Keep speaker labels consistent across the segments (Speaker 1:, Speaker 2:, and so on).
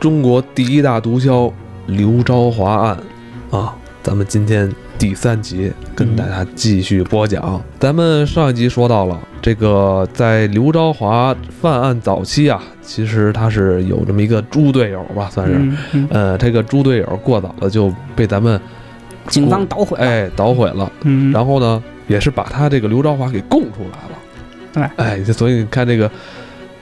Speaker 1: 中国第一大毒枭刘昭华案啊，咱们今天第三集跟大家继续播讲。咱们上一集说到了这个，在刘昭华犯案早期啊，其实他是有这么一个猪队友吧，算是。
Speaker 2: 嗯嗯，
Speaker 1: 呃，这个猪队友过早的就被咱们
Speaker 2: 警方捣毁了，
Speaker 1: 哎捣毁了，
Speaker 2: 嗯，
Speaker 1: 然后呢，也是把他这个刘昭华给供出来了。
Speaker 2: 对
Speaker 1: 哎，这所以你看这个，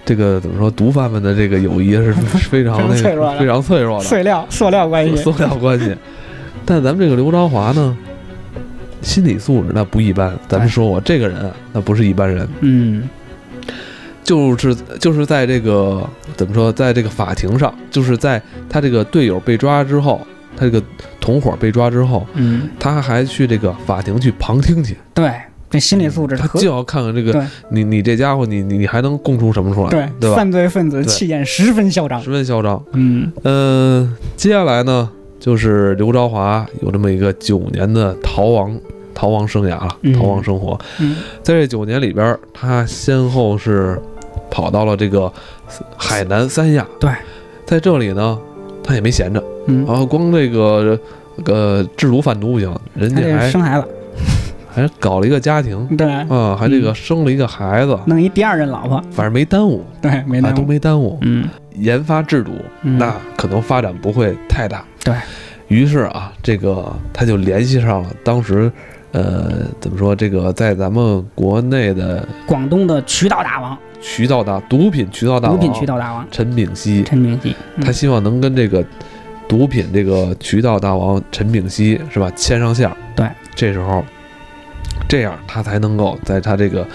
Speaker 1: 这个怎么说，毒贩们的这个友谊 是是非常那
Speaker 2: 非常脆弱
Speaker 1: 个
Speaker 2: 的
Speaker 1: 非常脆弱的，
Speaker 2: 塑料塑料关系，
Speaker 1: 塑料关系。但咱们这个刘昭华呢，心理素质那不一般。咱们
Speaker 2: 哎
Speaker 1: 说我这个人啊，那不是一般人，
Speaker 2: 嗯
Speaker 1: 就是就是在这个怎么说，在这个法庭上，就是在他这个队友被抓之后，他这个同伙被抓之后，
Speaker 2: 嗯，
Speaker 1: 他还去这个法庭去旁听去，
Speaker 2: 对，这心理素质
Speaker 1: 嗯他
Speaker 2: 可
Speaker 1: 就要看看这个
Speaker 2: 对
Speaker 1: 你你这家伙你你你还能供出什么出来，
Speaker 2: 对
Speaker 1: 对吧？
Speaker 2: 犯罪分子气焰十分嚣张，
Speaker 1: 十分嚣张。
Speaker 2: 嗯
Speaker 1: 嗯、接下来呢，就是刘朝华有这么一个九年的逃亡逃亡生涯了，
Speaker 2: 嗯
Speaker 1: 逃亡生活。
Speaker 2: 嗯，
Speaker 1: 在这九年里边儿，他先后是跑到了这个海南三亚，
Speaker 2: 对，
Speaker 1: 在这里呢，他也没闲着，
Speaker 2: 嗯，
Speaker 1: 然后光这个呃制毒贩毒不行，人
Speaker 2: 他
Speaker 1: 家
Speaker 2: 这
Speaker 1: 还
Speaker 2: 生嗯孩子，
Speaker 1: 还搞了一个家庭。
Speaker 2: 对，
Speaker 1: 啊，还这个生了一个孩子，
Speaker 2: 弄一第二任老婆，
Speaker 1: 反正没耽误，
Speaker 2: 对，没
Speaker 1: 啊
Speaker 2: 弄
Speaker 1: 都没耽误。
Speaker 2: 嗯，
Speaker 1: 研发制毒，
Speaker 2: 嗯
Speaker 1: 那可能发展不会太大。
Speaker 2: 对
Speaker 1: 于是啊，这个他就联系上了当时，呃，怎么说这个在咱们国内的
Speaker 2: 广东的渠道大王，
Speaker 1: 渠道大毒品渠道大
Speaker 2: 毒
Speaker 1: 王
Speaker 2: 品渠道大王
Speaker 1: 陈炳熙，
Speaker 2: 陈明基，嗯
Speaker 1: 他希望能跟这个毒品这个渠道大王陈炳熙是吧牵上线儿。
Speaker 2: 对，
Speaker 1: 这时候这样他才能够在他这个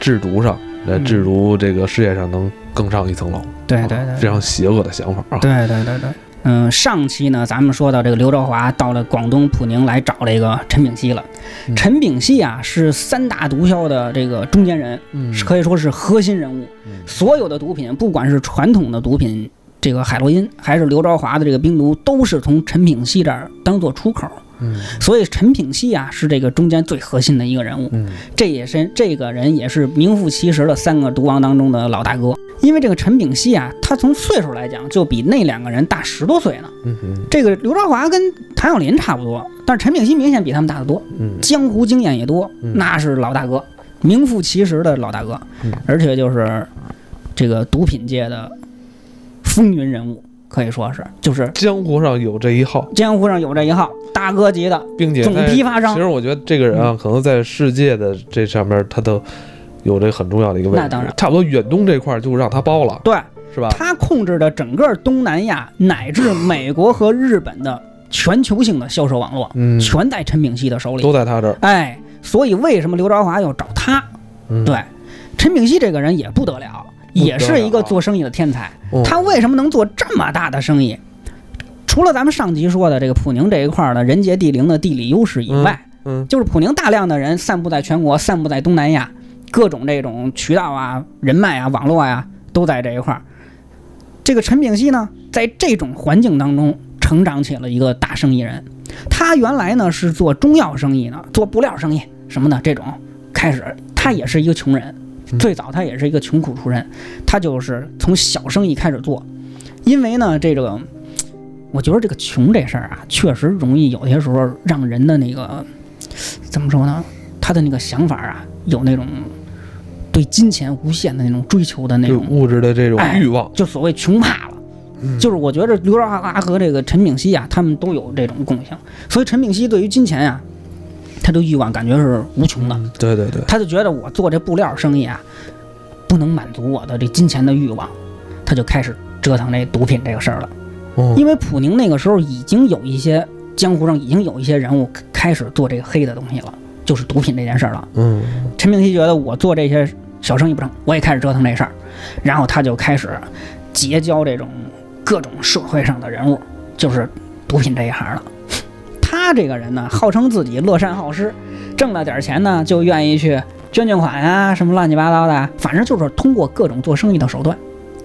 Speaker 1: 制毒上，在
Speaker 2: 嗯嗯
Speaker 1: 制毒这个事业上能更上一层楼。
Speaker 2: 对
Speaker 1: 啊
Speaker 2: 对对，
Speaker 1: 非常邪恶的想法啊。
Speaker 2: 对对对对，嗯，上期呢，咱们说到这个刘兆华到了广东普宁来找这个陈炳熙了。
Speaker 1: 嗯
Speaker 2: 陈炳熙啊，是三大毒枭的这个中间人，
Speaker 1: 嗯
Speaker 2: 是可以说是核心人物。
Speaker 1: 嗯
Speaker 2: 所有的毒品，不管是传统的毒品，这个海洛因，还是刘兆华的这个冰毒，都是从陈炳熙这儿当做出口。
Speaker 1: 嗯
Speaker 2: 所以陈炳熙啊，是这个中间最核心的一个人物。
Speaker 1: 嗯
Speaker 2: 这也是这个人也是名副其实的三个毒王当中的老大哥。因为这个陈炳熙啊，他从岁数来讲就比那两个人大十多岁呢。
Speaker 1: 嗯嗯
Speaker 2: 这个刘朝华跟谭咏麟差不多，但是陈炳熙明显比他们大得多，
Speaker 1: 嗯
Speaker 2: 江湖经验也多，
Speaker 1: 嗯
Speaker 2: 那是老大哥，名副其实的老大哥
Speaker 1: 嗯，
Speaker 2: 而且就是这个毒品界的风云人物，可以说是就是
Speaker 1: 江湖上有这一号，
Speaker 2: 江湖上有这一号大哥级的，
Speaker 1: 并且
Speaker 2: 总
Speaker 1: 在
Speaker 2: 批发商嗯
Speaker 1: 其实我觉得这个人啊，可能在世界的这上面，他都有这很重要的一个位置。
Speaker 2: 那当然，
Speaker 1: 差不多远东这块儿就让他包了，
Speaker 2: 对，
Speaker 1: 是吧？
Speaker 2: 他控制着整个东南亚乃 至美国和日本的全球性的销售网络，
Speaker 1: 嗯，
Speaker 2: 全在陈炳熙的手里。
Speaker 1: 都在他这儿。
Speaker 2: 哎，所以为什么刘朝华要找他？
Speaker 1: 嗯，
Speaker 2: 对，陈炳熙这个人也不得了，也是一个做生意的天才。
Speaker 1: 嗯
Speaker 2: 他为什么能做这么大的生意？除了咱们上集说的这个普宁这一块儿的人杰地灵的地理优势以外，
Speaker 1: 嗯
Speaker 2: 就是普宁大量的人散布在全国，散布在东南亚，各种这种渠道啊、人脉啊、网络啊，都在这一块儿。这个陈炳熙呢，在这种环境当中成长起了一个大生意人。他原来呢是做中药生意的，做布料生意什么的这种。开始他也是一个穷人，
Speaker 1: 嗯
Speaker 2: 最早他也是一个穷苦出身，他就是从小生意开始做。因为呢，这个我觉得这个穷这事儿啊，确实容易有些时候让人的那个怎么说呢？他的那个想法啊，有那种对金钱无限的那种追求的那
Speaker 1: 就
Speaker 2: 种，
Speaker 1: 物质的这种
Speaker 2: 哎
Speaker 1: 欲望，
Speaker 2: 就所谓穷怕了。
Speaker 1: 嗯
Speaker 2: 就是我觉得刘德华和这个陈炳熙啊，他们都有这种共性，所以陈炳熙对于金钱啊，他的欲望感觉是无穷的。
Speaker 1: 嗯对对对，
Speaker 2: 他就觉得我做这布料生意啊，不能满足我的这金钱的欲望，他就开始折腾这毒品这个事儿了。
Speaker 1: 嗯
Speaker 2: 因为普宁那个时候已经有一些江湖上已经有一些人物开始做这个黑的东西了，就是毒品这件事儿了。
Speaker 1: 嗯
Speaker 2: 陈明熙觉得我做这些小生意不成，我也开始折腾这事儿，然后他就开始结交这种各种社会上的人物，就是毒品这一行的。 他这个人呢，号称自己乐善好施，挣了点钱呢，就愿意去捐捐款啊，什么乱七八糟的啊，反正就是通过各种做生意的手段。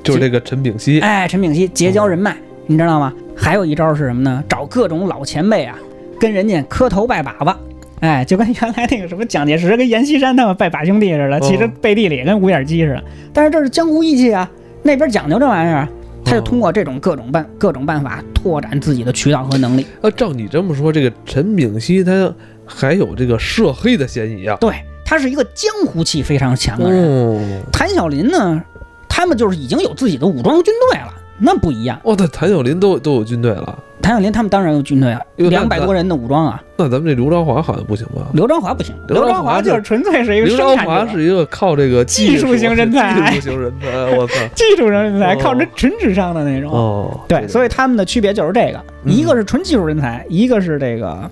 Speaker 1: 就是这个陈炳熙，
Speaker 2: 哎，陈炳熙结交人脉，你知道吗？还有一招是什么呢？找各种老前辈啊，跟人家磕头拜把子。哎，就跟原来那个什么蒋介石跟阎锡山他们拜把兄弟似的，
Speaker 1: 嗯
Speaker 2: 其实背地里跟五眼鸡似的。但是这是江湖义气啊，那边讲究这玩意儿啊。他就通过这种各种办各种办法拓展自己的渠道和能力。
Speaker 1: 那照你这么说，这个陈敏熙他还有这个涉黑的嫌疑啊？
Speaker 2: 对他是一个江湖气非常强的人。
Speaker 1: 哦，
Speaker 2: 谭晓林呢，他们就是已经有自己的武装军队了，那不一样。
Speaker 1: 哦，对，谭晓林都都有军队了，
Speaker 2: 谭晓林他们当然有军队啊，
Speaker 1: 哟那
Speaker 2: 两百多人的武装啊。
Speaker 1: 那咱们这刘朝华好像不行吧？
Speaker 2: 刘章华不行，
Speaker 1: 刘
Speaker 2: 刘
Speaker 1: 章
Speaker 2: 章
Speaker 1: 华
Speaker 2: 华
Speaker 1: 就
Speaker 2: 就是纯粹是一个
Speaker 1: 刘朝
Speaker 2: 生产
Speaker 1: 华
Speaker 2: 者，
Speaker 1: 是一个靠这个
Speaker 2: 技术型人才
Speaker 1: 技术型人才， 我操！
Speaker 2: 技术人才，
Speaker 1: 哦
Speaker 2: 靠着纯智商的那种。
Speaker 1: 哦，
Speaker 2: 对，所以他们的区别就是这个，
Speaker 1: 嗯
Speaker 2: 一个是纯技术人才，一个是这个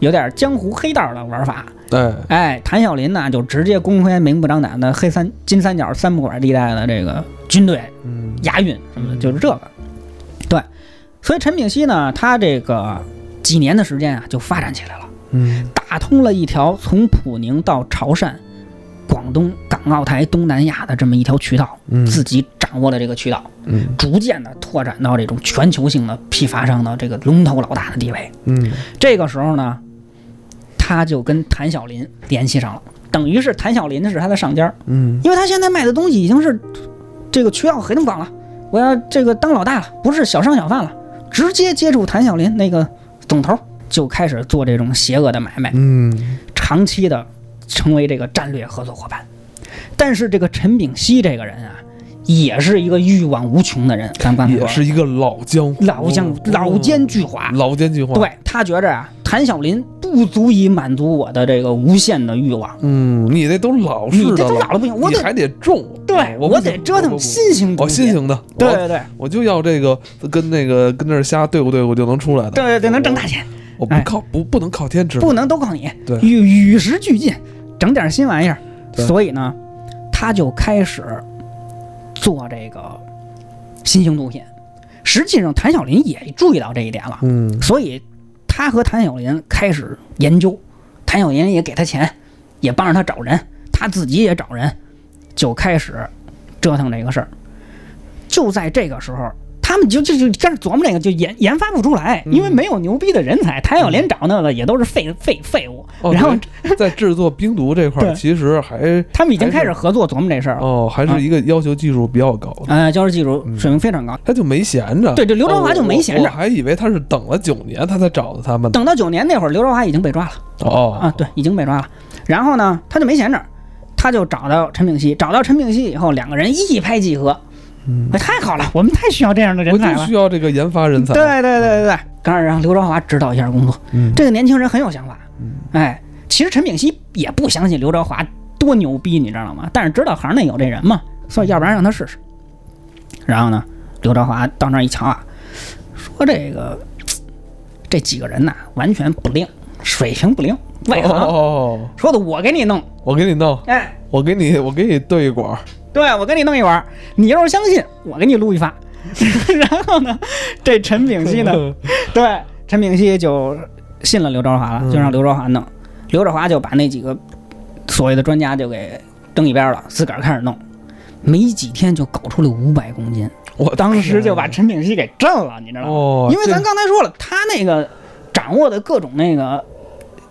Speaker 2: 有点江湖黑道的玩法。
Speaker 1: 以哎，
Speaker 2: 哎，谭晓林呢就直接公开明目张胆的黑三金三角三不管地带的这个军队
Speaker 1: 嗯，
Speaker 2: 押运什么的，
Speaker 1: 嗯
Speaker 2: 就是这个。对，所以陈炳熙呢，他这个几年的时间啊，就发展起来了，
Speaker 1: 嗯，
Speaker 2: 打通了一条从普宁到潮汕、广东、港澳台、东南亚的这么一条渠道，
Speaker 1: 嗯
Speaker 2: 自己掌握了这个渠道，
Speaker 1: 嗯
Speaker 2: 逐渐的拓展到这种全球性的批发商的这个龙头老大的地位。
Speaker 1: 嗯，
Speaker 2: 这个时候呢，他就跟谭晓林联系上了，等于是谭晓林是他的上家儿，
Speaker 1: 嗯，
Speaker 2: 因为他现在卖的东西已经是这个渠道黑龙港了，我要这个当老大了，不是小商小贩了，直接接触谭晓林那个总头儿，就开始做这种邪恶的买卖，
Speaker 1: 嗯，
Speaker 2: 长期的成为这个战略合作伙伴。但是这个陈炳熙这个人啊，也是一个欲望无穷的人，咱刚才
Speaker 1: 嗯也
Speaker 2: 说
Speaker 1: 是一嗯个老江湖，
Speaker 2: 老将老奸巨猾，
Speaker 1: 老奸巨猾，，
Speaker 2: 对他觉着啊，谭晓林不足以满足我的这个无限的欲望，
Speaker 1: 嗯，你那都老
Speaker 2: 你
Speaker 1: 式
Speaker 2: 这
Speaker 1: 的
Speaker 2: 都老
Speaker 1: 了，
Speaker 2: 了不行，我
Speaker 1: 你
Speaker 2: 得
Speaker 1: 还得重，
Speaker 2: 对
Speaker 1: 我不
Speaker 2: 得
Speaker 1: 行
Speaker 2: 折
Speaker 1: 我
Speaker 2: 腾
Speaker 1: 不
Speaker 2: 新型
Speaker 1: 我
Speaker 2: 东西
Speaker 1: 新，型的，
Speaker 2: 对
Speaker 1: 我
Speaker 2: 对对
Speaker 1: 我就要这个跟那个跟那儿瞎对付对付就能出来的，
Speaker 2: 对对对，能挣大钱，
Speaker 1: 我不
Speaker 2: 哎
Speaker 1: 靠不不能靠天吃，
Speaker 2: 不能都靠你
Speaker 1: 对，
Speaker 2: 与与时俱进，整点新玩意儿。
Speaker 1: 对
Speaker 2: 所以呢，他就开始做这个新型毒品。实际上，谭晓林也注意到这一点了，
Speaker 1: 嗯
Speaker 2: 所以他和谭晓林开始研究，谭晓林也给他钱，也帮着他找人，他自己也找人，就开始折腾这个事儿。就在这个时候，他们就就就开始琢磨这个，就研研发不出来，因为没有牛逼的人才。谭晓林找那个也都是废废废物，
Speaker 1: 哦
Speaker 2: 然后
Speaker 1: 在制作冰毒这块儿
Speaker 2: 对
Speaker 1: 其实还
Speaker 2: 他们已经开始合作琢磨这事儿了。
Speaker 1: 哦还是一个要求技术比较高的。
Speaker 2: 呃，交流技术水平非常高。
Speaker 1: 他就没闲着，
Speaker 2: 对这刘德华
Speaker 1: 哦
Speaker 2: 就没闲着
Speaker 1: 我我还以为他是等了九年他才找的他们呢。
Speaker 2: 等到九年那会儿，刘德华已经被抓了。
Speaker 1: 哦
Speaker 2: 啊，对，已经被抓了。然后呢，他就没闲着，他就找到陈炳熙，找到陈炳熙以后，两个人一拍即合，
Speaker 1: 嗯
Speaker 2: 哎，太好了，我们太需要这样的
Speaker 1: 我
Speaker 2: 人才
Speaker 1: 就
Speaker 2: 了
Speaker 1: 需。要这个研发人才。
Speaker 2: 对对对对对，刚让刘朝华指导一下工作，
Speaker 1: 嗯，
Speaker 2: 这个年轻人很有想法
Speaker 1: 嗯。
Speaker 2: 哎，其实陈炳熙也不相信刘朝华多牛逼，你知道吗？但是知道行内有这人嘛，所以要不然让他试试。然后呢，刘朝华到那儿一瞧啊，说这个这几个人呐、完全不灵，水平不灵，外行。
Speaker 1: 哦，
Speaker 2: 说的我给你弄，
Speaker 1: 我给你弄，
Speaker 2: 哎，
Speaker 1: 我给你，我给你兑一管儿。
Speaker 2: 对我给你弄一碗儿，你要是相信，我给你撸一发。然后呢，这陈炳熙 呢，对陈炳熙就信了刘朝华了，就
Speaker 1: 嗯
Speaker 2: 让刘朝华弄，刘朝华就把那几个所谓的专家就给扔一边了，自个儿开始弄。没几天就搞出了五百公斤，
Speaker 1: 我啊
Speaker 2: 当时就把陈炳熙给震了，你知道吗？
Speaker 1: 哦，
Speaker 2: 因为咱
Speaker 1: 这
Speaker 2: 刚才说了，他那个掌握的各种那个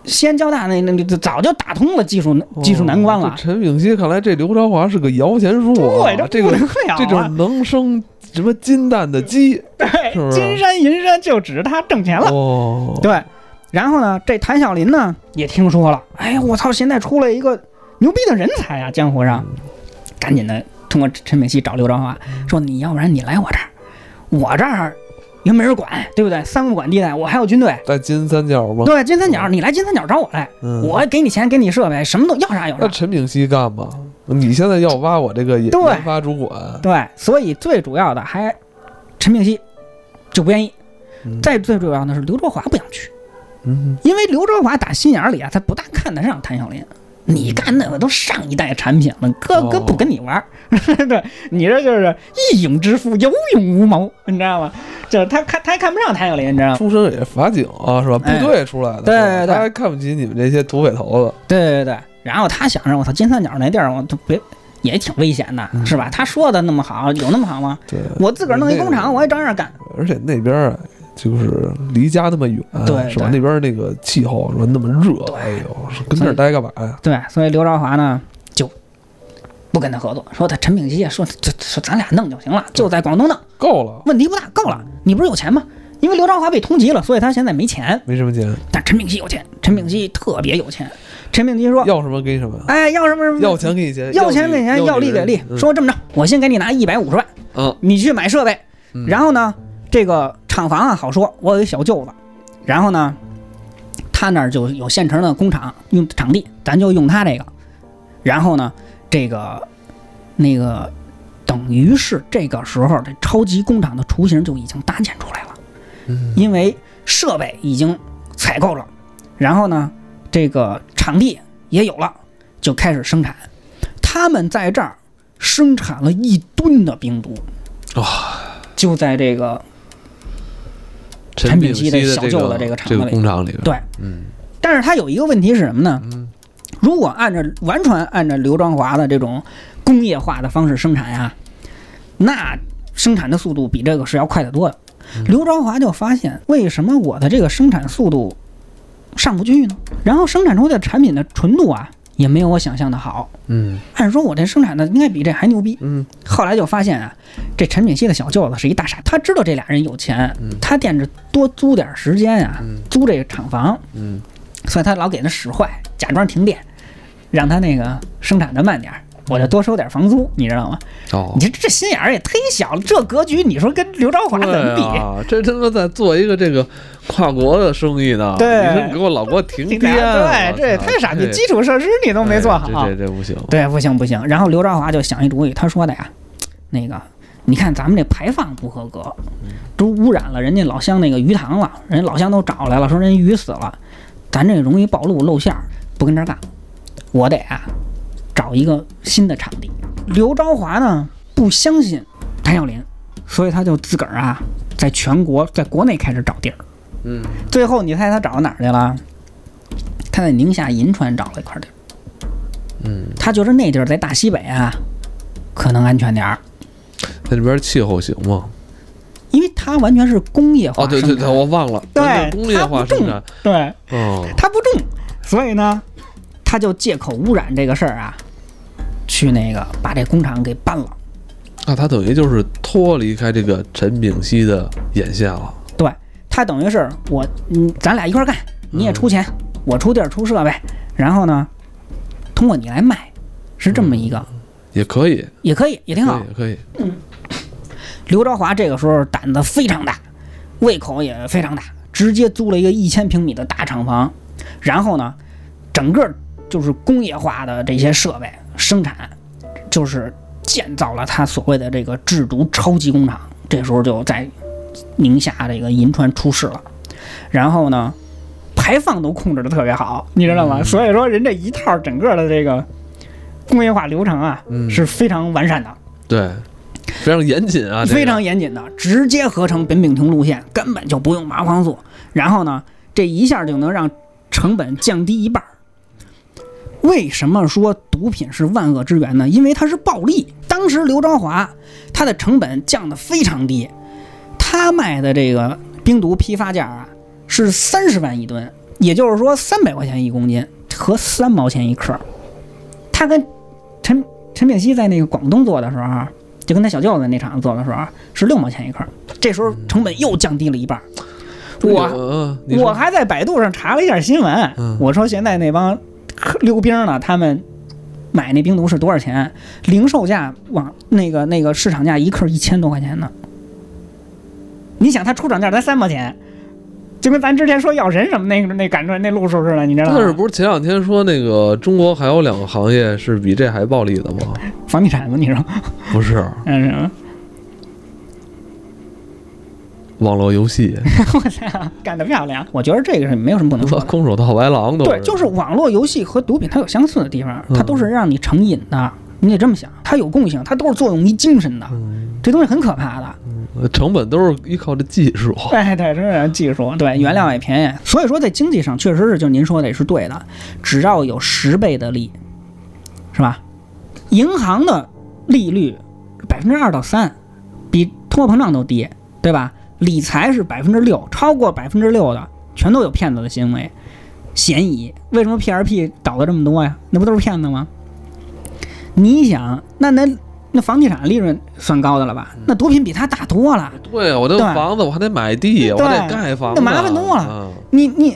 Speaker 2: 西安交大那那那早就打通了技术技术难关
Speaker 1: 哦
Speaker 2: 了
Speaker 1: 这，陈炳熙看来这刘朝华是个摇钱树啊，
Speaker 2: 对，
Speaker 1: 这
Speaker 2: 不
Speaker 1: 个
Speaker 2: 能了啊
Speaker 1: 这种能生什么金蛋的鸡
Speaker 2: 对
Speaker 1: 是不是
Speaker 2: 金山银山就指着他挣钱了。
Speaker 1: 哦，
Speaker 2: 对，然后呢，这谭晓林呢也听说了，哎呀，我操，现在出来一个牛逼的人才啊，江湖
Speaker 1: 嗯
Speaker 2: 上，赶紧的通过陈炳熙找刘朝华，说你要不然你来我这儿，我这儿又没人管，对不对？三不管地带，我还有军队，
Speaker 1: 在金三角吗？
Speaker 2: 对，金三角，你来金三角找我来，
Speaker 1: 嗯
Speaker 2: 我给你钱，给你设备，什么都要啥有
Speaker 1: 那
Speaker 2: 啥。
Speaker 1: 陈炳熙干嘛？你现在要挖我这个研
Speaker 2: 对
Speaker 1: 研发主管，
Speaker 2: 对，所以最主要的还陈炳熙就不愿意，
Speaker 1: 嗯
Speaker 2: 再最主要的是刘朝华不想去。
Speaker 1: 嗯，
Speaker 2: 因为刘德华打心眼儿里啊，他不大看得上谭晓林。你干那个都上一代产品了，哥
Speaker 1: 哦
Speaker 2: 哥不跟你玩儿， 对你这就是一影之夫，有勇无谋，你知道吗？就是他看他还看不上谭晓林，你知道吗？
Speaker 1: 出身也是法警啊，是吧？部
Speaker 2: 哎
Speaker 1: 队出来的，
Speaker 2: 对
Speaker 1: 是吧
Speaker 2: 对对
Speaker 1: 他还看不起你们这些土匪头子，
Speaker 2: 对对对，然后他想着我操金三角那地儿，我都别也挺危险的，
Speaker 1: 嗯
Speaker 2: 是吧？他说的那么好，有那么好吗？
Speaker 1: 对，
Speaker 2: 我自个儿弄一工
Speaker 1: 那
Speaker 2: 厂，我也照样干。
Speaker 1: 而且那边儿啊，就是离家那么远，
Speaker 2: 对
Speaker 1: 是吧？
Speaker 2: 对
Speaker 1: 那边儿那个气候说那么热，哎呦，是跟这
Speaker 2: 所
Speaker 1: 儿
Speaker 2: 以
Speaker 1: 待干嘛呀？
Speaker 2: 对，所以刘朝华呢就不跟他合作，说他陈炳基啊，说这说咱俩弄就行了，就在广东弄，
Speaker 1: 够了，
Speaker 2: 问题不大，够了。你不是有钱吗？因为刘朝华被通缉了，所以他现在没钱。
Speaker 1: 没什么钱，
Speaker 2: 但陈炳基有钱，陈炳基特别有钱。陈炳基说
Speaker 1: 要什么给什么，
Speaker 2: 哎，要什么什么，
Speaker 1: 要钱给你钱，
Speaker 2: 要钱给钱，要
Speaker 1: 要
Speaker 2: 利给力。
Speaker 1: 嗯
Speaker 2: 说这么着，我先给你拿一百五十万，
Speaker 1: 啊，
Speaker 2: 你去买设备，
Speaker 1: 嗯
Speaker 2: 然后呢，这个厂房啊好说，我有一小舅子，然后呢，他那儿就有现成的工厂，用场地，咱就用他这个。然后呢，这个那个，等于是这个时候，这超级工厂的雏形就已经搭建出来了。
Speaker 1: 嗯
Speaker 2: 因为设备已经采购了，然后呢，这个场地也有了，就开始生产。他们在这儿生产了一吨的冰毒，
Speaker 1: 哇，
Speaker 2: 就在这个，
Speaker 1: 陈
Speaker 2: 炳
Speaker 1: 基
Speaker 2: 基的
Speaker 1: 这
Speaker 2: 小舅子这个厂子
Speaker 1: 这个
Speaker 2: 里
Speaker 1: 工厂里边，
Speaker 2: 对
Speaker 1: 嗯
Speaker 2: 但是他有一个问题是什么呢？
Speaker 1: 嗯
Speaker 2: 如果按照完全按照刘庄华的这种工业化的方式生产呀、那生产的速度比这个是要快得多的。
Speaker 1: 嗯
Speaker 2: 刘朝华就发现，为什么我的这个生产速度上不去呢？然后生产出的产品的纯度啊，也没有我想象的好。
Speaker 1: 嗯
Speaker 2: 按说我这生产的应该比这还牛逼。
Speaker 1: 嗯，
Speaker 2: 后来就发现啊，这陈炳熙的小舅子是一大傻，他知道这俩人有钱，
Speaker 1: 嗯
Speaker 2: 他惦着多租点时间啊，租这个厂房，
Speaker 1: 嗯，
Speaker 2: 所以他老给他使坏，假装停电，让他那个生产的慢点儿，我就多收点房租，你知道吗？
Speaker 1: 哦
Speaker 2: 你。这这心眼儿也忒小了，这格局你说跟刘朝华怎么比？
Speaker 1: 对啊？这他妈在做一个这个跨国的生意呢。
Speaker 2: 对
Speaker 1: 你说你给我老给我停
Speaker 2: 你
Speaker 1: 电，
Speaker 2: 俩对，这也
Speaker 1: 我啊操
Speaker 2: 太傻逼，
Speaker 1: 这
Speaker 2: 基础设施你都没做好
Speaker 1: 哎这。这这不行。
Speaker 2: 对，不行不行。然后刘朝华就想一主意，他说的呀，那个你看咱们这排放不合格，都污染了人家老乡那个鱼塘了，人家老乡都找来了，说人鱼死了，咱这容易暴露露馅儿，不跟这儿干了，我得啊找一个新的场地。刘朝华呢不相信谭耀林，所以他就自个儿啊在全国在国内开始找地儿。
Speaker 1: 嗯，
Speaker 2: 最后你猜他找到哪儿去了？他在宁夏银川找了一块地儿。
Speaker 1: 嗯，
Speaker 2: 他觉得那地儿在大西北啊，可能安全点儿，
Speaker 1: 在这边气候行吗？
Speaker 2: 因为它完全是工业化
Speaker 1: 哦，对对
Speaker 2: 生
Speaker 1: 对，
Speaker 2: 产。
Speaker 1: 我忘了，
Speaker 2: 对
Speaker 1: 咱这工业化生产，
Speaker 2: 对
Speaker 1: 嗯，
Speaker 2: 它不种，所以呢，他就借口污染这个事儿啊，去那个把这工厂给搬了。
Speaker 1: 那他等于就是脱离开这个陈炳熙的眼线了。
Speaker 2: 对，他等于是我，嗯，咱俩一块儿干，你也出钱，
Speaker 1: 嗯
Speaker 2: 我出地儿出设备，然后呢，通过你来卖，是这
Speaker 1: 嗯
Speaker 2: 么一个，
Speaker 1: 也可以，
Speaker 2: 也可以，也挺好
Speaker 1: 对。也可以，
Speaker 2: 刘朝华这个时候胆子非常大，胃口也非常大，直接租了一个一千平米的大厂房，然后呢，整个就是工业化的这些设备生产，就是建造了他所谓的这个制毒超级工厂。这时候就在宁夏这个银川出事了，然后呢，排放都控制的特别好，你知道
Speaker 1: 嗯
Speaker 2: 吗？所以说人这一套整个的这个工业化流程啊，
Speaker 1: 嗯
Speaker 2: 是非常完善的。
Speaker 1: 对，非常严谨啊，这个
Speaker 2: 非常严谨的，直接合成苯丙酮路线，根本就不用麻黄素。然后呢，这一下就能让成本降低一半儿。为什么说毒品是万恶之源呢？因为它是暴利。当时刘朝华他的成本降得非常低，他卖的这个冰毒批发价啊是三十万一吨，也就是说三百块钱一公斤和三毛钱一克。他跟陈陈炳熙在那个广东做的时候啊，就跟他小舅子那厂子做的时候啊是六毛钱一克，这时候成本又降低了一半儿。我
Speaker 1: 嗯，你说
Speaker 2: 我还在百度上查了一下新闻，
Speaker 1: 嗯
Speaker 2: 我说现在那帮科溜冰呢，他们买那冰毒是多少钱？零售价往那个那个市场价一克一千多块钱呢。你想，他出厂价才三毛钱，就跟咱之前说药神什么那个那赶出来那路数似的，你知道
Speaker 1: 但是
Speaker 2: 吗？
Speaker 1: 不是前两天说那个中国还有两个行业是比这还暴利的吗？
Speaker 2: 房地产吗？你 说，
Speaker 1: 不是，
Speaker 2: 嗯，是吗
Speaker 1: 网络游 戏，
Speaker 2: 我操，干得漂亮！我觉得这个是没有什么不能说的。
Speaker 1: 空手套白狼都
Speaker 2: 对，就是网络游戏和毒品它有相似的地方，
Speaker 1: 嗯
Speaker 2: 它都是让你成瘾的。你得这么想，它有共性，它都是作用于精神的，这东西很可怕的。
Speaker 1: 呃嗯成本都是依靠这技术。
Speaker 2: 哎，对，真是技术，对，原料也便宜，所以说在经济上确实是，就您说的也是对的，只要有十倍的利，是吧？银行的利率百分之二到三，比通货膨胀都低，对吧？理财是百分之六，超过百分之六的全都有骗子的行为，嫌疑。为什么 PRP 倒的这么多呀？那不都是骗子吗？你想，那那那房地产利润算高的了吧？那毒品比它大多了。
Speaker 1: 对啊，我这
Speaker 2: 对
Speaker 1: 房子我还得买地，我还得
Speaker 2: 对
Speaker 1: 盖房子，
Speaker 2: 那麻烦多了
Speaker 1: 嗯
Speaker 2: 你你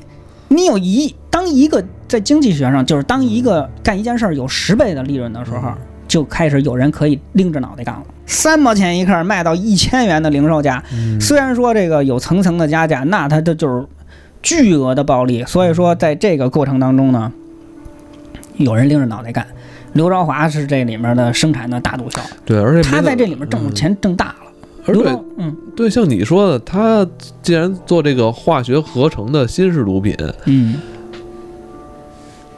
Speaker 2: 你有一当一个在经济学上，就是当一
Speaker 1: 嗯
Speaker 2: 个干一件事儿有十倍的利润的时候，就开始有人可以拎着脑袋干了。三毛钱一克卖到一千元的零售价，
Speaker 1: 嗯
Speaker 2: 虽然说这个有层层的加价，那它这就是巨额的暴利。所以说，
Speaker 1: 嗯
Speaker 2: 在这个过程当中呢，有人拎着脑袋干。刘朝华是这里面的生产的大毒枭，
Speaker 1: 对，而且
Speaker 2: 他
Speaker 1: 没
Speaker 2: 在
Speaker 1: 得
Speaker 2: 这里面挣
Speaker 1: 嗯
Speaker 2: 钱挣大了。
Speaker 1: 而
Speaker 2: 刘
Speaker 1: 且
Speaker 2: 朝，嗯
Speaker 1: 对，像你说的，他既然做这个化学合成的新式毒品，
Speaker 2: 嗯，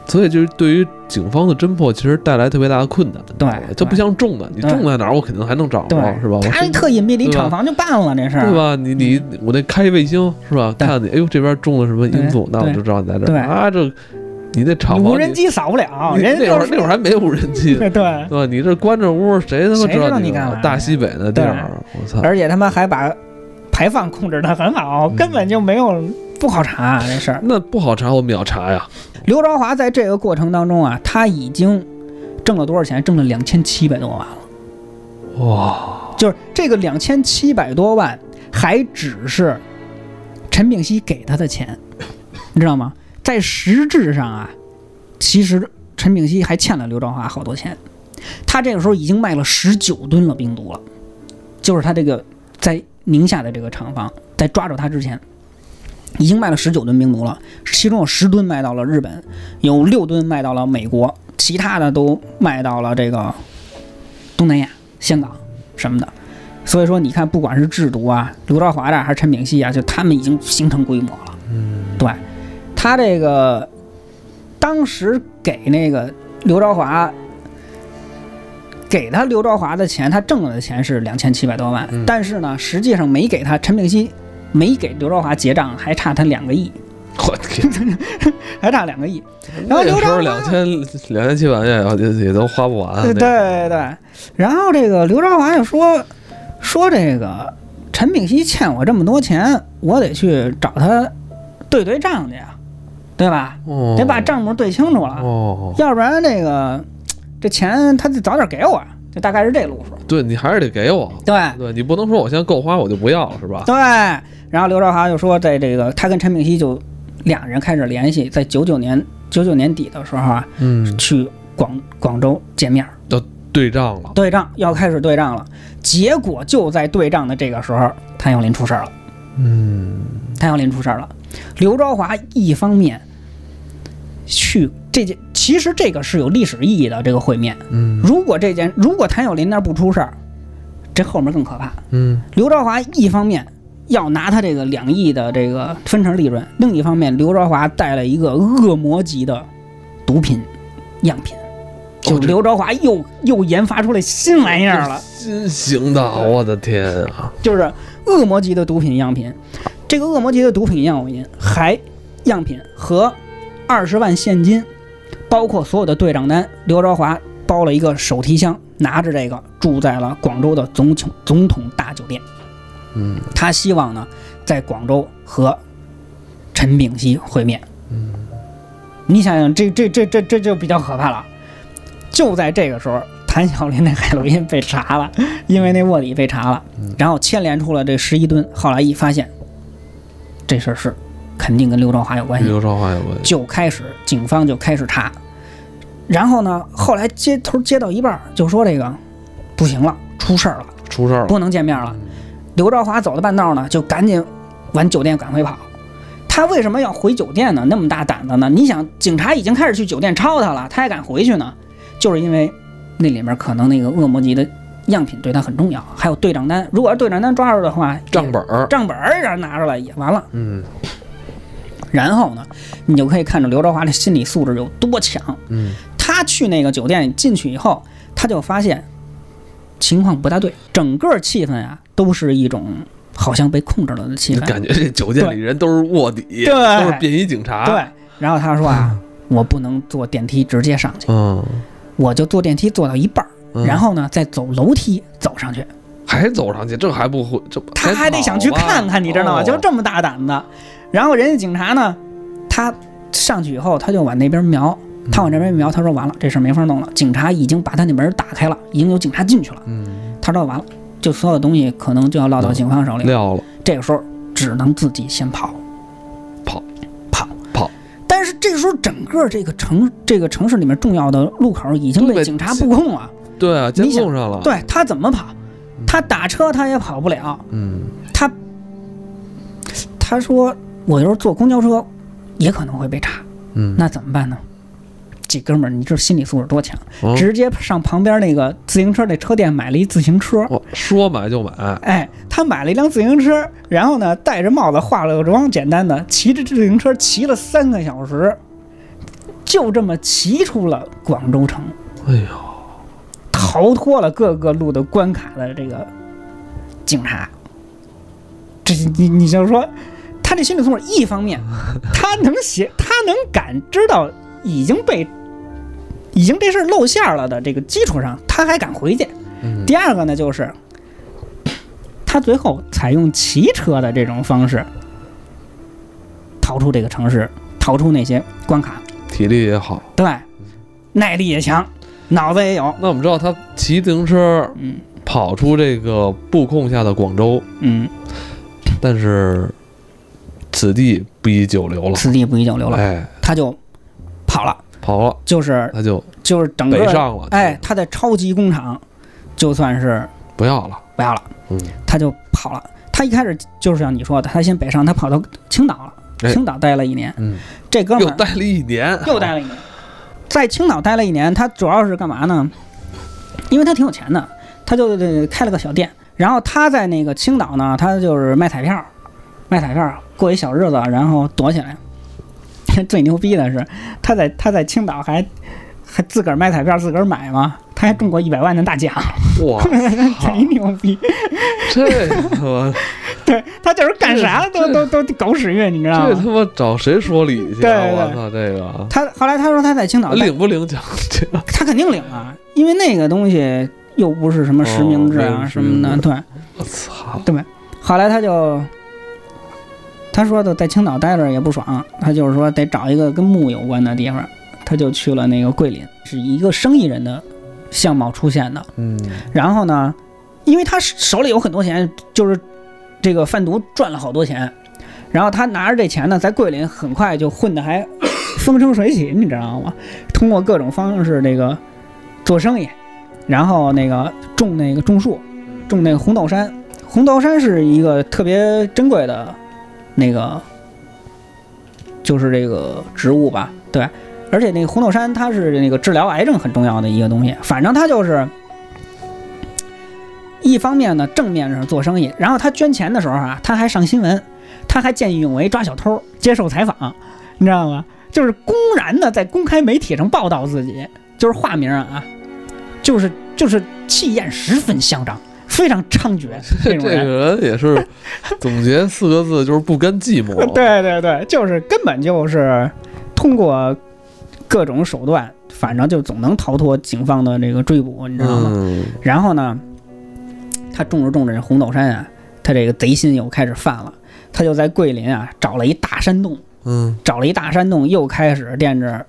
Speaker 1: 所以就是对于警方的侦破，其实带来特别大的困难。
Speaker 2: 对
Speaker 1: 这不
Speaker 2: 对
Speaker 1: 像重的，你
Speaker 2: 对
Speaker 1: 重在哪儿，我肯定还能找着
Speaker 2: 对，，
Speaker 1: 哦是吧？我
Speaker 2: 他
Speaker 1: 身
Speaker 2: 特隐蔽的一
Speaker 1: 对吧
Speaker 2: 厂房就办了这事儿，
Speaker 1: 对吧？你你我那开卫星是吧？
Speaker 2: 对
Speaker 1: 看你，哎呦，这边中了什么因素，
Speaker 2: 对
Speaker 1: 那我
Speaker 2: 对
Speaker 1: 就知道你在这
Speaker 2: 对
Speaker 1: 儿啊。这你那厂
Speaker 2: 你
Speaker 1: 房
Speaker 2: 无人
Speaker 1: 你
Speaker 2: 机扫不了，
Speaker 1: 你
Speaker 2: 人
Speaker 1: 那会儿那会儿嗯
Speaker 2: 还
Speaker 1: 还没无人机，
Speaker 2: 对对，
Speaker 1: 对吧？你这关着屋，谁他妈
Speaker 2: 谁知道
Speaker 1: 你
Speaker 2: 你干
Speaker 1: 啊
Speaker 2: 嘛呀
Speaker 1: 大西北的地儿，我操！
Speaker 2: 而且他们还把排放控制的很好，
Speaker 1: 嗯
Speaker 2: 根本就没有不好查、啊、这事儿。
Speaker 1: 那不好查，我们要查呀。
Speaker 2: 刘朝华在这个过程当中啊，他已经挣了多少钱？挣了两千七百多万了，
Speaker 1: 哇，
Speaker 2: 就是这个两千七百多万还只是陈炳熙给他的钱，你知道吗？在实质上啊，其实陈炳熙还欠了刘朝华好多钱。他这个时候已经卖了十九吨了冰毒了，就是他这个在宁夏的这个厂房，在抓住他之前，已经卖了十九吨冰毒了，其中有十吨卖到了日本，有六吨卖到了美国，其他的都卖到了这个东南亚、香港什么的。所以说，你看，不管是制毒啊、刘朝华这儿还是陈炳熙啊，就他们已经形成规模了。
Speaker 1: 嗯，
Speaker 2: 对，他这个当时给那个刘朝华，给他刘朝华的钱，他挣了的钱是两千七百多万，
Speaker 1: 嗯
Speaker 2: 但是呢，实际上没给他陈炳熙。没给刘朝华结账，还差他两个亿，
Speaker 1: 我天，
Speaker 2: 还差两个亿。然
Speaker 1: 那
Speaker 2: 后刘
Speaker 1: 时候
Speaker 2: 朝
Speaker 1: 两
Speaker 2: 华，
Speaker 1: 千两千七百万也也都花不完啊。那
Speaker 2: 对
Speaker 1: 个
Speaker 2: 对对。然后这个刘朝华就说说这个陈炳熙欠我这么多钱，我得去找他对对账去呀，对吧？
Speaker 1: 哦
Speaker 2: 得把账目对清楚了，
Speaker 1: 哦，
Speaker 2: 要不然那个这钱他得早点给我，就大概是这路数。
Speaker 1: 对你还是得给我，
Speaker 2: 对
Speaker 1: 对你不能说我现在够花我就不要了，是吧？
Speaker 2: 对，然后刘朝华就说，在这个他跟陈炳熙就俩人开始联系，在九九年九九年底的时候啊，
Speaker 1: 嗯，
Speaker 2: 去广广州见面儿
Speaker 1: 对账了。
Speaker 2: 对账，要开始对账了。结果就在对账的这个时候，谭咏麟出事儿了。
Speaker 1: 嗯，
Speaker 2: 谭咏麟出事儿了。刘朝华一方面去这件，其实这个是有历史意义的这个会面。
Speaker 1: 嗯
Speaker 2: 如果这件，如果谭咏麟那儿不出事儿，这后面更可怕。
Speaker 1: 嗯
Speaker 2: 刘朝华一方面要拿他这个两亿的这个分成利润，另一方面刘朝华带了一个恶魔级的毒品样品，就
Speaker 1: 这
Speaker 2: 刘朝华又又研发出来新
Speaker 1: 嗯
Speaker 2: 玩意儿了，
Speaker 1: 新型的，我的天啊！
Speaker 2: 就是恶魔级的毒品样品。这个恶魔级的毒品样品还样品和二十万现金，包括所有的对账单，刘朝华包了一个手提箱，拿着这个住在了广州的总统总统大酒店。
Speaker 1: 嗯
Speaker 2: 他希望呢，在广州和陈炳熙会面。
Speaker 1: 嗯，
Speaker 2: 你想想，这这这这这就比较可怕了。就在这个时候，谭晓琳那海洛因被查了， 因为那卧底被查了，然后牵连出了这十一吨。后来一发现，这事儿是肯定跟刘朝华有关系，
Speaker 1: 刘朝华有关系。
Speaker 2: 就开始警方就开始查。然后呢，后来接头接到一半儿就说这个不行了，出事儿了。
Speaker 1: 出事儿了。
Speaker 2: 不能见面了。刘朝华走到半道呢，就赶紧往酒店赶回跑。他为什么要回酒店呢？那么大胆子呢？你想，警察已经开始去酒店抄他了，他还敢回去呢？就是因为那里面可能那个恶魔级的样品对他很重要，还有对账单。如果要对账单抓住的话，
Speaker 1: 账本儿。
Speaker 2: 账本儿让拿出来也完了。
Speaker 1: 嗯
Speaker 2: 然后呢，你就可以看出刘朝华的心理素质有多强。
Speaker 1: 嗯
Speaker 2: 他去那个酒店进去以后，他就发现情况不大对，整个气氛啊都是一种好像被控制了的气
Speaker 1: 你
Speaker 2: 氛。
Speaker 1: 感觉这酒店里人都是卧底，
Speaker 2: 对
Speaker 1: 都是便衣警察。
Speaker 2: 对，，然后他说啊，我不能坐电梯直接上去，
Speaker 1: 嗯，
Speaker 2: 我就坐电梯坐到一半儿，
Speaker 1: 嗯
Speaker 2: 然后呢再走楼梯走上去。
Speaker 1: 还走上去，这还不回，这啊
Speaker 2: 他还得想去看看，你知
Speaker 1: 哎哦
Speaker 2: 道吗？就这么大胆的。然后人家警察呢，他上去以后，他就往那边瞄，他往这边一瞄，他说完了，这事儿没法弄了，警察已经把他那门打开了，已经有警察进去了。
Speaker 1: 嗯，
Speaker 2: 他说完了，就所有东西可能就要落到警方手里。
Speaker 1: 撂了，
Speaker 2: 这个时候只能自己先跑，
Speaker 1: 跑，
Speaker 2: 跑，
Speaker 1: 跑。
Speaker 2: 但是这时候整个这个城这个城市里面重要的路口已经
Speaker 1: 都
Speaker 2: 被
Speaker 1: 被
Speaker 2: 警察布控了，
Speaker 1: 对啊，监
Speaker 2: 你想
Speaker 1: 控上了，，
Speaker 2: 对他怎么跑？他打车他也跑不了，
Speaker 1: 嗯，
Speaker 2: 他他说我要是坐公交车也可能会被查，
Speaker 1: 嗯，
Speaker 2: 那怎么办呢？这哥们儿，你知道心理素质多强，
Speaker 1: 嗯
Speaker 2: 直接上旁边那个自行车那车店买了一自行车。
Speaker 1: 哦说买就买，
Speaker 2: 哎，他买了一辆自行车，然后呢，戴着帽子，化了个妆，简单的骑着自行车骑了三个小时，就这么骑出了广州城，
Speaker 1: 哎呀，
Speaker 2: 逃脱了各个路的关卡的这个警察。这你你就说，他这心理素质，一方面他能写，他能感知到已经被已经这事儿露馅儿了的这个基础上，他还敢回去。
Speaker 1: 嗯
Speaker 2: 第二个呢，就是他最后采用骑车的这种方式逃出这个城市，逃出那些关卡，
Speaker 1: 体力也好。
Speaker 2: 对，耐力也强，脑子也有，
Speaker 1: 那我们知道他骑自行车
Speaker 2: 嗯
Speaker 1: 跑出这个布控下的广州，
Speaker 2: 嗯，
Speaker 1: 但是此地不宜久留了，
Speaker 2: 此地不宜久留了，
Speaker 1: 哎，
Speaker 2: 他就跑了，
Speaker 1: 跑了，
Speaker 2: 就是
Speaker 1: 那就
Speaker 2: 就是整
Speaker 1: 北
Speaker 2: 个，
Speaker 1: 上了，
Speaker 2: 哎，，他在超级工厂就算是
Speaker 1: 不要了，
Speaker 2: 不要了，
Speaker 1: 嗯，
Speaker 2: 他就跑了。他一开始就是像你说的，他先北上，他跑到青岛了，
Speaker 1: 哎
Speaker 2: 青岛待了一年。
Speaker 1: 嗯，
Speaker 2: 这哥们
Speaker 1: 又
Speaker 2: 儿
Speaker 1: 待了一年，
Speaker 2: 又待了一年，在青岛待了一年。他主要是干嘛呢？因为他挺有钱的，他就呃开了个小店。然后他在那个青岛呢，他就是卖彩票，卖彩票过一小日子，然后躲起来。 最牛逼的是，他在他在青岛还还自个儿卖彩票，自个儿买嘛，他还中过一百万的大奖，
Speaker 1: 哇操，
Speaker 2: 贼牛逼！
Speaker 1: 这他妈
Speaker 2: 对他就是干啥都
Speaker 1: 这
Speaker 2: 都都狗屎运，你知道
Speaker 1: 这
Speaker 2: 吗
Speaker 1: 他？妈找谁说理去
Speaker 2: 对
Speaker 1: 啊？
Speaker 2: 对
Speaker 1: 我操，这个
Speaker 2: 他后来他说他在青岛待
Speaker 1: 领不领奖？这个
Speaker 2: 他肯定领啊，因为那个东西又不是什么实名制
Speaker 1: 哦没
Speaker 2: 啊
Speaker 1: 有
Speaker 2: 什么的。
Speaker 1: 实名
Speaker 2: 对，
Speaker 1: 我操，
Speaker 2: 后来他就他说的在青岛待着也不爽，他就是说得找一个跟木有关的地方，他就去了那个桂林，是一个生意人的相貌出现的。
Speaker 1: 嗯，
Speaker 2: 然后呢，因为他手里有很多钱，就是这个贩毒赚了好多钱，然后他拿着这钱呢，在桂林很快就混得还 风生水起，你知道吗？通过各种方式这个做生意，然后那个种那个种树，种那个红豆杉，红豆杉是一个特别珍贵的那个，就是这个植物吧，对。而且那个红豆杉，它是那个治疗癌症很重要的一个东西。反正它就是，一方面呢，正面上做生意，然后他捐钱的时候啊，他还上新闻，他还见义勇为抓小偷，接受采访，你知道吗？就是公然的在公开媒体上报道自己，就是化名啊，就是就是气焰十分嚣张，非常猖獗
Speaker 1: 这
Speaker 2: 这种
Speaker 1: 个
Speaker 2: 人。
Speaker 1: 人也是总结四个字，就是不甘寂寞。
Speaker 2: 对对对，就是根本就是通过各种手段，反正就总能逃脱警方的这个追捕，你知道吗？
Speaker 1: 嗯，
Speaker 2: 然后呢，他种着种着这红豆杉啊，他这个贼心又开始犯了，他就在桂林啊找了一大山洞，
Speaker 1: 嗯
Speaker 2: 找了一大山洞，又开始惦着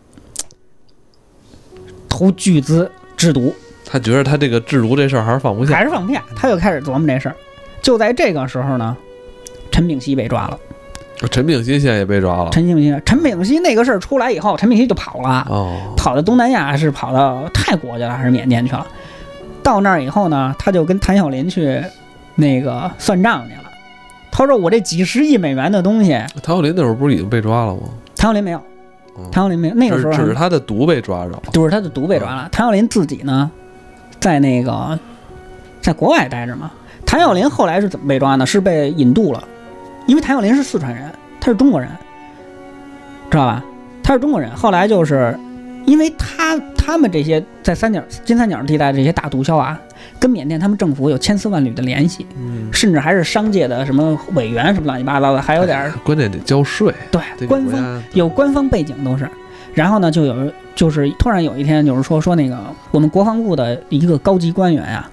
Speaker 2: 投巨资制毒，
Speaker 1: 他觉得他这个制毒这事儿还是放不下，
Speaker 2: 还是放不下，他又开始琢磨这事儿。就在这个时候呢，陈炳熙被抓了。
Speaker 1: 陈炳新现在也被抓了。
Speaker 2: 陈炳熙，陈炳熙那个事儿出来以后，陈炳熙就跑了。
Speaker 1: 哦，
Speaker 2: 跑到东南亚是跑到泰国去了还是缅甸去了？到那儿以后呢，他就跟谭晓林去那个算账去了。他说：“我这几十亿美元的东西，
Speaker 1: 谭咏麟那会儿不是已经被抓了吗？
Speaker 2: 谭晓林没有，
Speaker 1: 嗯
Speaker 2: 谭晓林没有。那个时候
Speaker 1: 只
Speaker 2: 还
Speaker 1: 只是他的毒被抓着了。
Speaker 2: 就是他的毒被抓了。谭晓林自己呢，在那个在国外待着嘛。谭晓林后来是怎么被抓呢？是被引渡了，因为谭晓林是四川人，他是中国人，知道吧？他是中国人。后来就是因为他他们这些在三角金三角地带这些大毒枭啊，跟缅甸他们政府有千丝万缕的联系，
Speaker 1: 嗯，
Speaker 2: 甚至还是商界的什么委员什么乱七八糟的，还有点儿
Speaker 1: 关键得交税，这个
Speaker 2: 对官
Speaker 1: 哎国
Speaker 2: 方
Speaker 1: 家
Speaker 2: 有官方背景都是。然后呢，就有就是突然有一天，就是说说那个我们国防部的一个高级官员啊，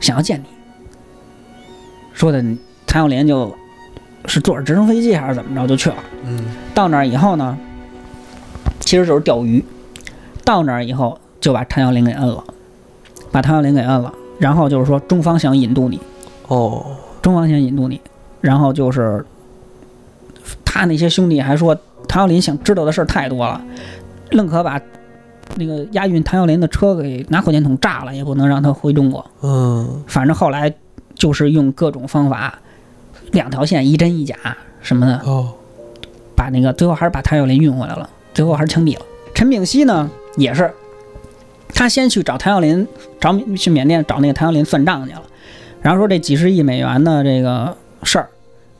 Speaker 2: 想要见你，说的谭咏麟就是坐着直升飞机还是怎么着就去了。
Speaker 1: 嗯
Speaker 2: 到那儿以后呢，其实就是钓鱼。到那儿以后就把谭耀林给摁了，把谭耀林给摁了，然后就是说中方想引渡你，
Speaker 1: 哦，
Speaker 2: 中方想引渡你，然后就是他那些兄弟还说谭耀林想知道的事儿太多了，愣可把那个押运谭耀林的车给拿火箭筒炸了，也不能让他回中国。
Speaker 1: 嗯，
Speaker 2: 反正后来就是用各种方法，两条线一真一假什么的，
Speaker 1: 哦，
Speaker 2: 把那个最后还是把谭耀林运回来了，最后还是枪毙了。陈炳熙呢也是，他先去找谭耀林，找缅去缅甸找那个谭耀林算账去了，然后说这几十亿美元的这个事儿，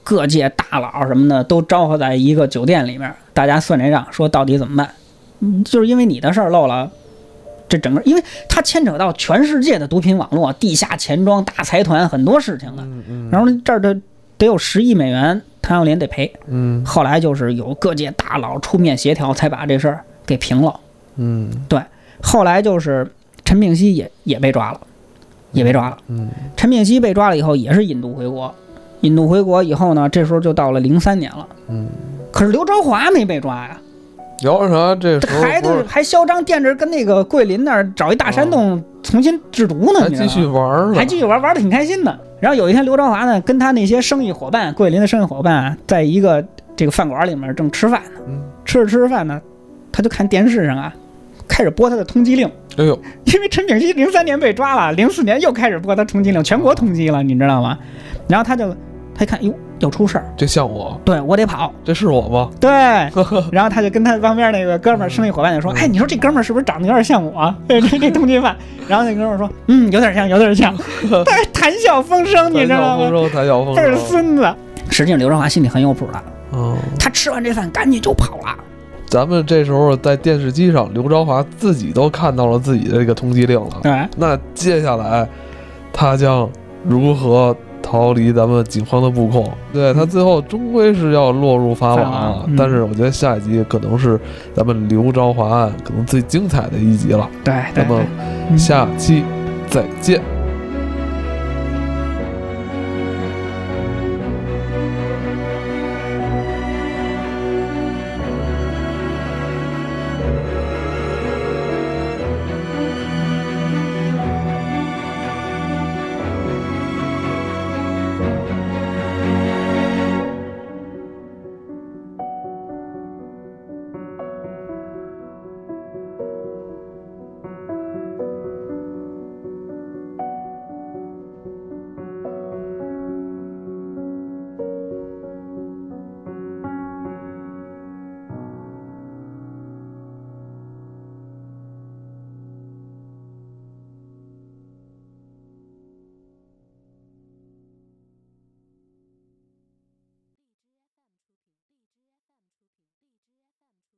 Speaker 2: 各界大佬什么的都招呼在一个酒店里面，大家算这账，说到底怎么办？嗯，就是因为你的事儿漏了。这整个，因为它牵扯到全世界的毒品网络、地下钱庄、大财团很多事情的，
Speaker 1: 嗯嗯
Speaker 2: 然后呢这儿的得有十亿美元，谭耀林得赔。
Speaker 1: 嗯
Speaker 2: 后来就是有各界大佬出面协调，才把这事儿给平了。
Speaker 1: 嗯
Speaker 2: 后来就是陈炳熙也也被抓了，也被抓了。
Speaker 1: 嗯
Speaker 2: 陈炳熙被抓了以后，也是引渡回国。引渡回国以后呢，这时候就到了零三年了。
Speaker 1: 嗯，
Speaker 2: 可是刘朝华没被抓呀，
Speaker 1: 聊啥？这
Speaker 2: 这
Speaker 1: 时候
Speaker 2: 还
Speaker 1: 不
Speaker 2: 得
Speaker 1: 是啊
Speaker 2: 还嚣张惦着跟那个桂林那儿找一大山洞重新制毒呢，
Speaker 1: 还
Speaker 2: 你知
Speaker 1: 继
Speaker 2: 道吗
Speaker 1: 续玩儿呢？
Speaker 2: 还继续玩，玩的挺开心的。然后有一天，刘朝华呢跟他那些生意伙伴，桂林的生意伙伴，啊在一个这个饭馆里面正吃饭呢，
Speaker 1: 嗯，
Speaker 2: 吃着吃着饭呢，他就看电视上啊，开始播他的通缉令，
Speaker 1: 哎呦，
Speaker 2: 因为陈炳熙零三年被抓了，零四年又开始播他通缉令，全国通缉了，你知道吗？然后他就他一看，哟，要出事儿，
Speaker 1: 这像我，
Speaker 2: 对我得跑，
Speaker 1: 这是我吗？
Speaker 2: 对，然后他就跟他旁边那个哥们儿生意伙伴就说：“哎，你说这哥们儿是不是长得有点像我、啊 这这这通缉犯？”然后那哥们儿说：“嗯，有点像，有点 像。”但是谈笑风生，你知道
Speaker 1: 风嗯
Speaker 2: 吗？
Speaker 1: 筝，谭笑风
Speaker 2: 这是
Speaker 1: 筝。
Speaker 2: 孙子。实际上，刘振华心里很有谱了，
Speaker 1: 嗯，
Speaker 2: 他吃完这饭赶紧就跑了。
Speaker 1: 咱们这时候在电视机上，刘朝华自己都看到了自己的这个通缉令了。
Speaker 2: 对，
Speaker 1: 那接下来他将如何逃离咱们警方的布控？对他最后终归是要落入法网
Speaker 2: 嗯法
Speaker 1: 啊
Speaker 2: 网嗯！
Speaker 1: 但是我觉得下一集可能是咱们刘昭华案可能最精彩的一集了。
Speaker 2: 对，嗯
Speaker 1: 那
Speaker 2: 对
Speaker 1: 么
Speaker 2: 对
Speaker 1: 下期再见。
Speaker 2: 嗯